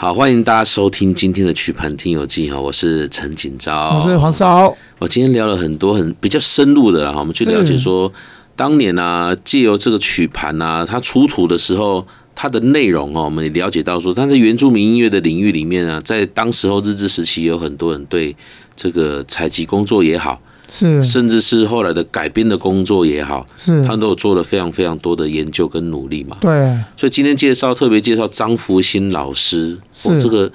好，欢迎大家收听今天的曲盘听友记哈，我是陈锦昭，我是黄少，我今天聊了很多很比较深入的啦，我们去了解说，当年啊，借由这个曲盘啊，它出土的时候，它的内容哦，我们也了解到说，它在原住民音乐的领域里面啊，在当时候日治时期，有很多人对这个采集工作也好，是甚至是后来的改编的工作也好，是他，们都有做了非常非常多的研究跟努力嘛。对，所以今天介绍特别介绍张福新老师，是哦、这个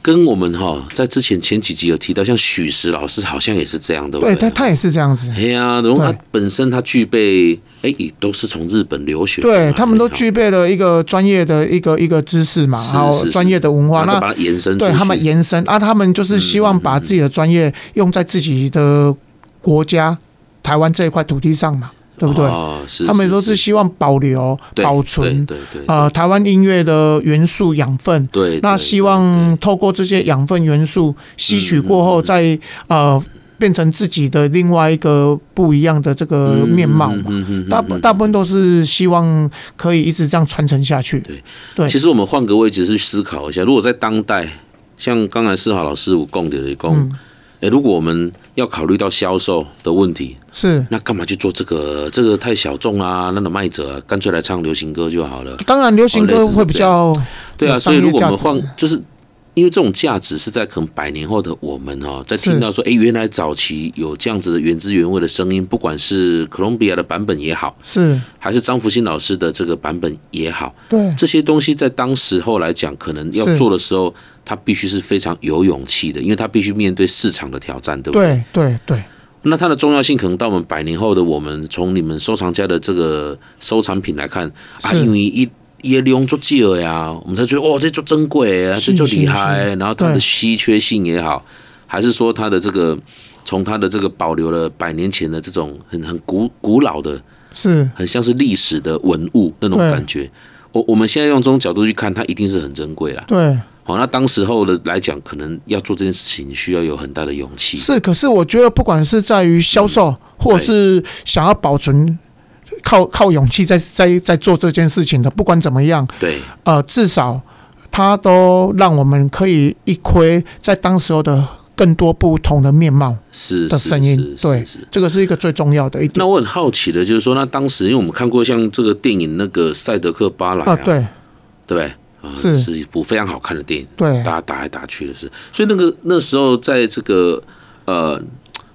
跟我们哈、在之前前几集有提到，像许石老师好像也是这样的，对他他也是这样子，哎呀，然后他对本身他具备哎、也都是从日本留学回来对的，他们都哦具备了一个专业的一个一个知识嘛，是还有是专业的文化，然后再那把它延伸出对去嗯他们延伸啊，他们就是希望把自己的专业用在自己的国家台湾这一块土地上嘛，对不对？哦、是他们都是希望保留、对保存对对对呃台湾音乐的元素养分，对对那对希对嗯望透过这些养分元素吸取过后再，呃变成自己的另外一个不一样的这个嗯面貌嘛。嗯嗯嗯嗯大部大部分都是希望可以一直这样传承下去。对其实我们换个位置去思考一下，如果在当代，像刚才世豪老师有供的一供，嗯哎、如果我们要考虑到销售的问题，是，那干嘛去做这个？这个太小众啦，那种卖者、啊、干脆来唱流行歌就好了。当然流行哦类歌似是会比较对啊，有所商以如业果我价们值换，就是因为这种价值是在可能百年后的我们哦，在是听到说，哎、原来早期有这样子的原汁原味的声音，不管是哥伦比亚的版本也好，是还是张福兴老师的这个版本也好，对这些东西在当时候来讲，可能要是做的时候，他必须是非常有勇气的，因为他必须面对市场的挑战，对不对？对对对那它的重要性可能到我们百年后的我们，从你们收藏家的这个收藏品来看啊，是因为一。也利用做借了呀，我们才觉得哦，这就珍贵啊，这是就厉是害。是然后它的对稀缺性也好，还是说它的这个从它的这个保留了百年前的这种很很古古老的是很像是历史的文物那种对感觉。我我们现在用这种角度去看，它一定是很珍贵啦。对好、那当时候的来讲，可能要做这件事情，需要有很大的勇气。是。可是我觉得不管是在于销售，或者是想要保存。靠靠勇气在在在做这件事情的，不管怎么样，对，呃，至少它都让我们可以一窥在当时候的更多不同的面貌，是的是声音是是对是这个是一个最重要的一点那。我很好奇的就是说，那当时因为我们看过像这个电影那个《赛德克巴莱》啊，对对不对？啊，是是一部非常好看的电影，对大家打来打去的是。所以那个那时候在这个呃，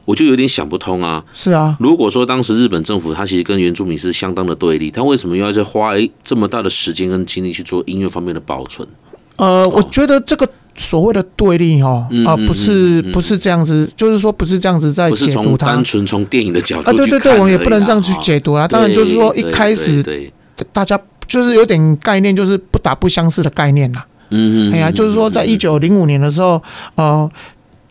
我就有点想不通啊。是啊，如果说当时日本政府它其实跟原住民是相当的对立，它为什么要再花一这么大的时间跟精力去做音乐方面的保存？呃，我觉得这个所谓的对立哦，嗯啊，嗯不是嗯嗯嗯不是这样子，就是说不是这样子在不是解从读它单纯从电影的角度啊，对对去看对，我们也而已不能这样去啊解读啦。当然就是说对一开始对，对大家就是有点概念，就是不打不相识的概念啦。嗯哎呀，就是说，在一九零五年的时候，呃，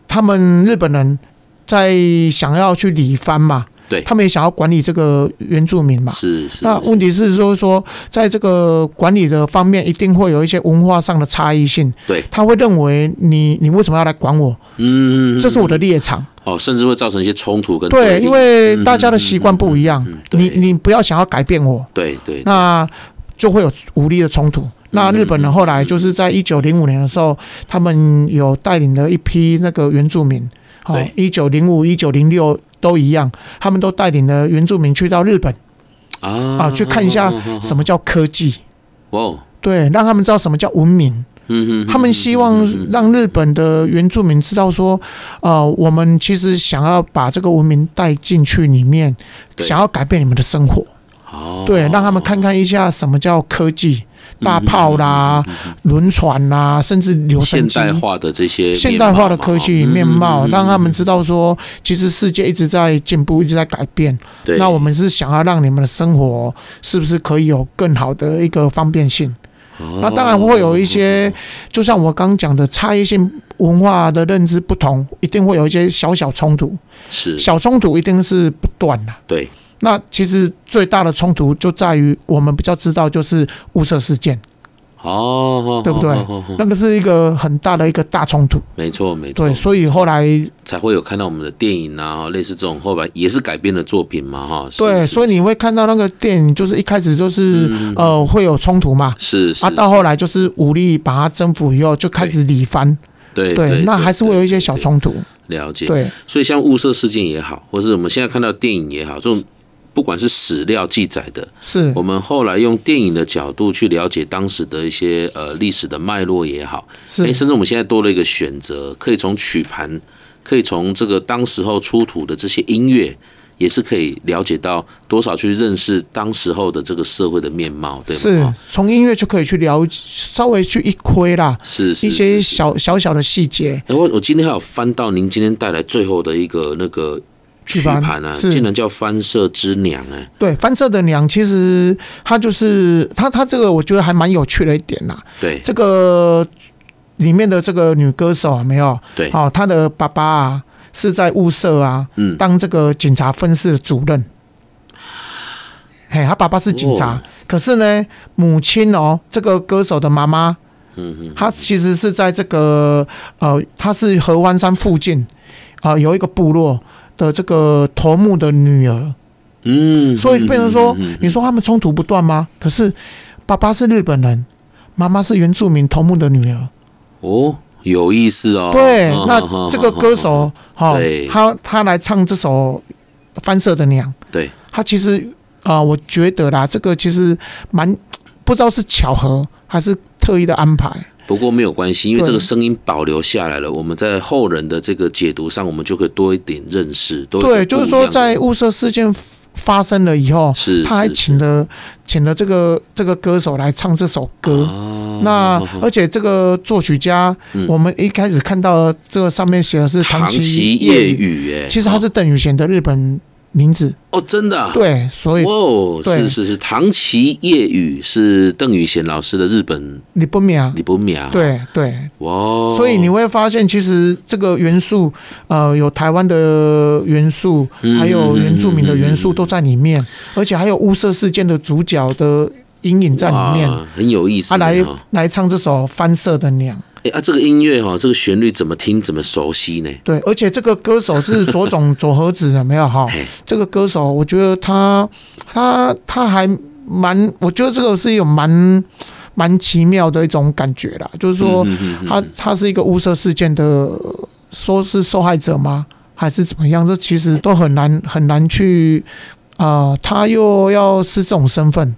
他们日本人在想要去理番嘛，对他们也想要管理这个原住民嘛。是是那是问题是说说，在这个管理的方面，一定会有一些文化上的差异性。对，他会认为你你为什么要来管我？嗯，这是我的立场。哦，甚至会造成一些冲突跟对，立因为大家的习惯不一样嗯，对你你不要想要改变我，对对那就会有武力的冲嗯突。那日本人后来就是在一九零五年的时候，他们有带领了一批那个原住民，好对，一九零五、一九零六都一样，他们都带领了原住民去到日本啊啊，去看一下什么么叫科技，哦，对，让他们知道什么叫文明。嗯他们希望让日本的原住民知道说，呃，我们其实想要把这个文明带进去里面，对想要改变你们的生活，哦对，让他们看看一下什么叫科技，大炮啦、轮船啦，甚至留声现机。代化的这些现代化的科技面嗯貌，让他们知道道说，其实世界一直在进步，一直在改变。那我们是想要让你们的生活是不是可以有更好的一个方便性？那当然会有一些，就像我刚讲的差异性文化的认知不同，一定会有一些小小冲突，是小冲突一定是不断的。对那其实最大的冲突就在于我们比较知道就是雾社事件，哦，对不对哦哦哦哦那个是一个很大的一个大冲突。没错，没错对，，所以后来才会有看到我们的电影啊，哈类似这种后来也是改编的作品嘛，哈。是对，是所以你会看到那个电影，就是一开始就是、呃会有冲突嘛，是是啊，到后来就是武力把它征服以后，就开始理翻，对对，那还是会有一些小冲突，对了解。对，所以像雾社事件也好，或是我们现在看到电影也好，这种不管是史料记载的，是我们后来用电影的角度去了解当时的一些呃历史的脉络也好，诶，是甚至我们现在多了一个选择，可以从曲盘，可以从这个当时候出土的这些音乐，也是可以了解到多少去认识当时候的这个社会的面貌，对是吗？，从音乐就可以去了解，稍微去一窥啦，是是一些是是小小小的细节，然后我今天还有翻到您今天带来最后的一个那个曲曲盘盘啊，是竟然叫《翻社之娘》哎，对，翻车的娘其实它就是它它这个我觉得还蛮有趣的一点啦，对这个里面的这个女歌手啊，没有，对，哦，她的爸爸啊是在物色啊，嗯，当这个警察分室的主任。嘿，他爸爸是警察，哦可是呢，母亲哦，这个歌手的妈妈，嗯嗯，她其实是在这个呃，她是合欢山附近啊、呃有一个部落的这个头目的女儿，嗯，所以变成说嗯嗯嗯嗯，你说他们冲突不断吗？可是爸爸是日本人，妈妈是原住民头目的女儿，哦，有意思哦，对嗯，那这个歌，嗯嗯嗯嗯手哈、哦对，他他来唱这首《翻社的娘》。嗯对，他其实啊、呃我觉得啦，这个其实蛮不知道是巧合还是特意的安排。不过没有关系，因为对这个声音保留下来了，我们在后人的这个解读上，我们就可以多一点认识，多一对，点就是不一说样的在雾社事件发生了以后，是他还是请了请了这个这个歌手来唱这首歌。哦那哦哦而且这个作曲家，嗯我们一开始看到这个上面写的是唐唐崎崎夜夜雨，雨，哎，其实他是邓雨贤的日本名字。哦，真的啊，对，所以哇哦，对是是是，唐崎夜雨是邓宇贤老师的日本你不秒，李伯苗，，对对，啊哇哦，所以你会发现，其实这个元素，呃，有台湾的元素，嗯还有原住民的元嗯嗯素嗯嗯都在里面，而且还有雾社事件的主角的阴影在里面。哇很有意思啊，来哦来唱这首《翻社的娘》，哎啊，这个音乐哈，这个旋律怎么听怎么熟悉呢？对，而且这个歌手是佐种佐和子，有没有哈嘿？这个歌手，我觉得他他他还蛮，我觉得这个是有蛮蛮奇妙的一种感觉啦，就是说，嗯嗯嗯他他是一个污社事件的，说是受害者吗？还是怎么样？这其实都很难很难去啊、呃他又要是这种身份，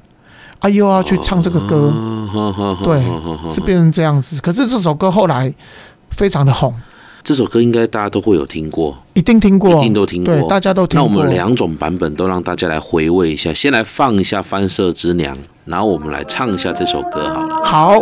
啊，又要去唱这个歌，哦好好好对好好好是变成这样子。可是这首歌后来非常的红，这首歌应该大家都会有听过，一定听过，一定都听过。哦对，大家都听那我过们。两种版本都让大家来回味一下，先来放一下《翻社之娘》，然后我们来唱一下这首歌好了。好，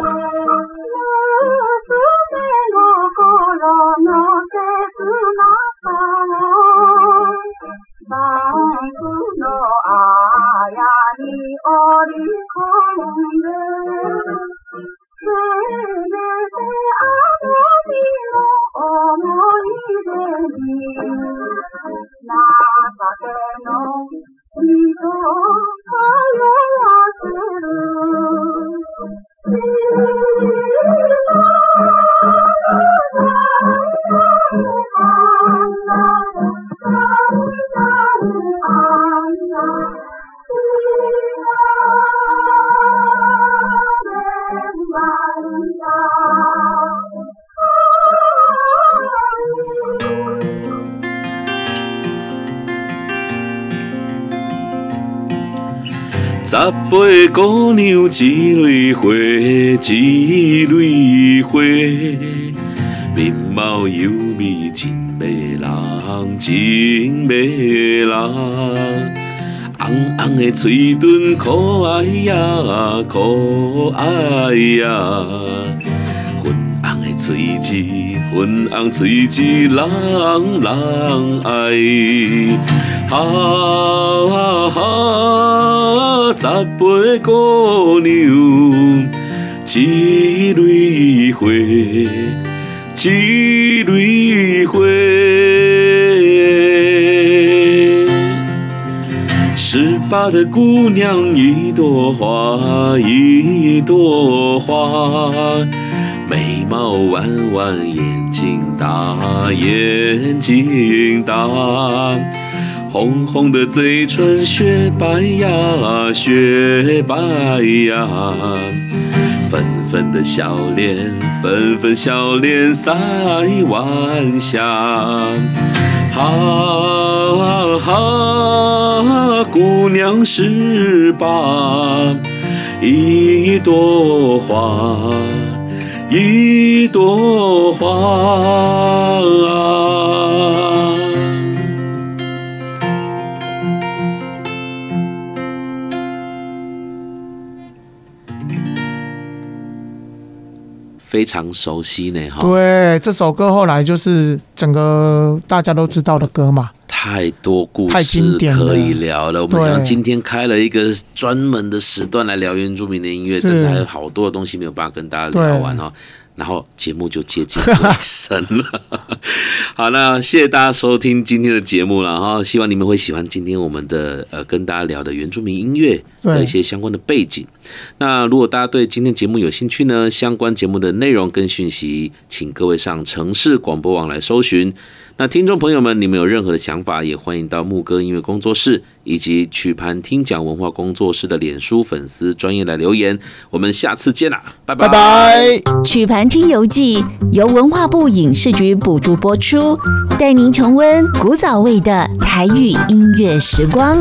十八姑娘一蕊花，一蕊花，面貌优美真迷人，真迷人。红红的嘴唇可爱呀，可爱呀。粉红的嘴舌，粉红嘴舌，人人爱。啊啊啊！十八姑娘，一蕊花，一蕊花。十巴的姑娘一朵花，一朵花，眉毛弯弯，眼睛大，眼睛大，红红的嘴唇雪白呀，雪白呀，粉粉的小脸，粉粉小脸赛晚霞，哈哈，姑娘是吧？一朵花，一朵花。非常熟悉呢，哈，对，这首歌后来就是整个大家都知道的歌嘛。太多故太经事典了可以聊了。我们对想今天开了一个专门的时段来聊原住民的音乐，是但是还有好多的东西没有办法跟大家聊完哦。然后节目就接近尾声了。 好，那谢谢大家收听今天的节目了哈，希望你们会喜欢今天我们的呃跟大家聊的原住民音乐的对一些相关的背景。那如果大家对今天节目有兴趣呢，相关节目的内容跟讯息，请各位上城市广播网来搜寻。那听众朋友们，你们有任何的想法，也欢迎到牧歌音乐工作室以及曲盘听讲文化工作室的脸书粉丝专业来留言。我们下次见啦，拜拜。曲盘听游记由文化部影视局补助播出，带您重温古早味的台语音乐时光。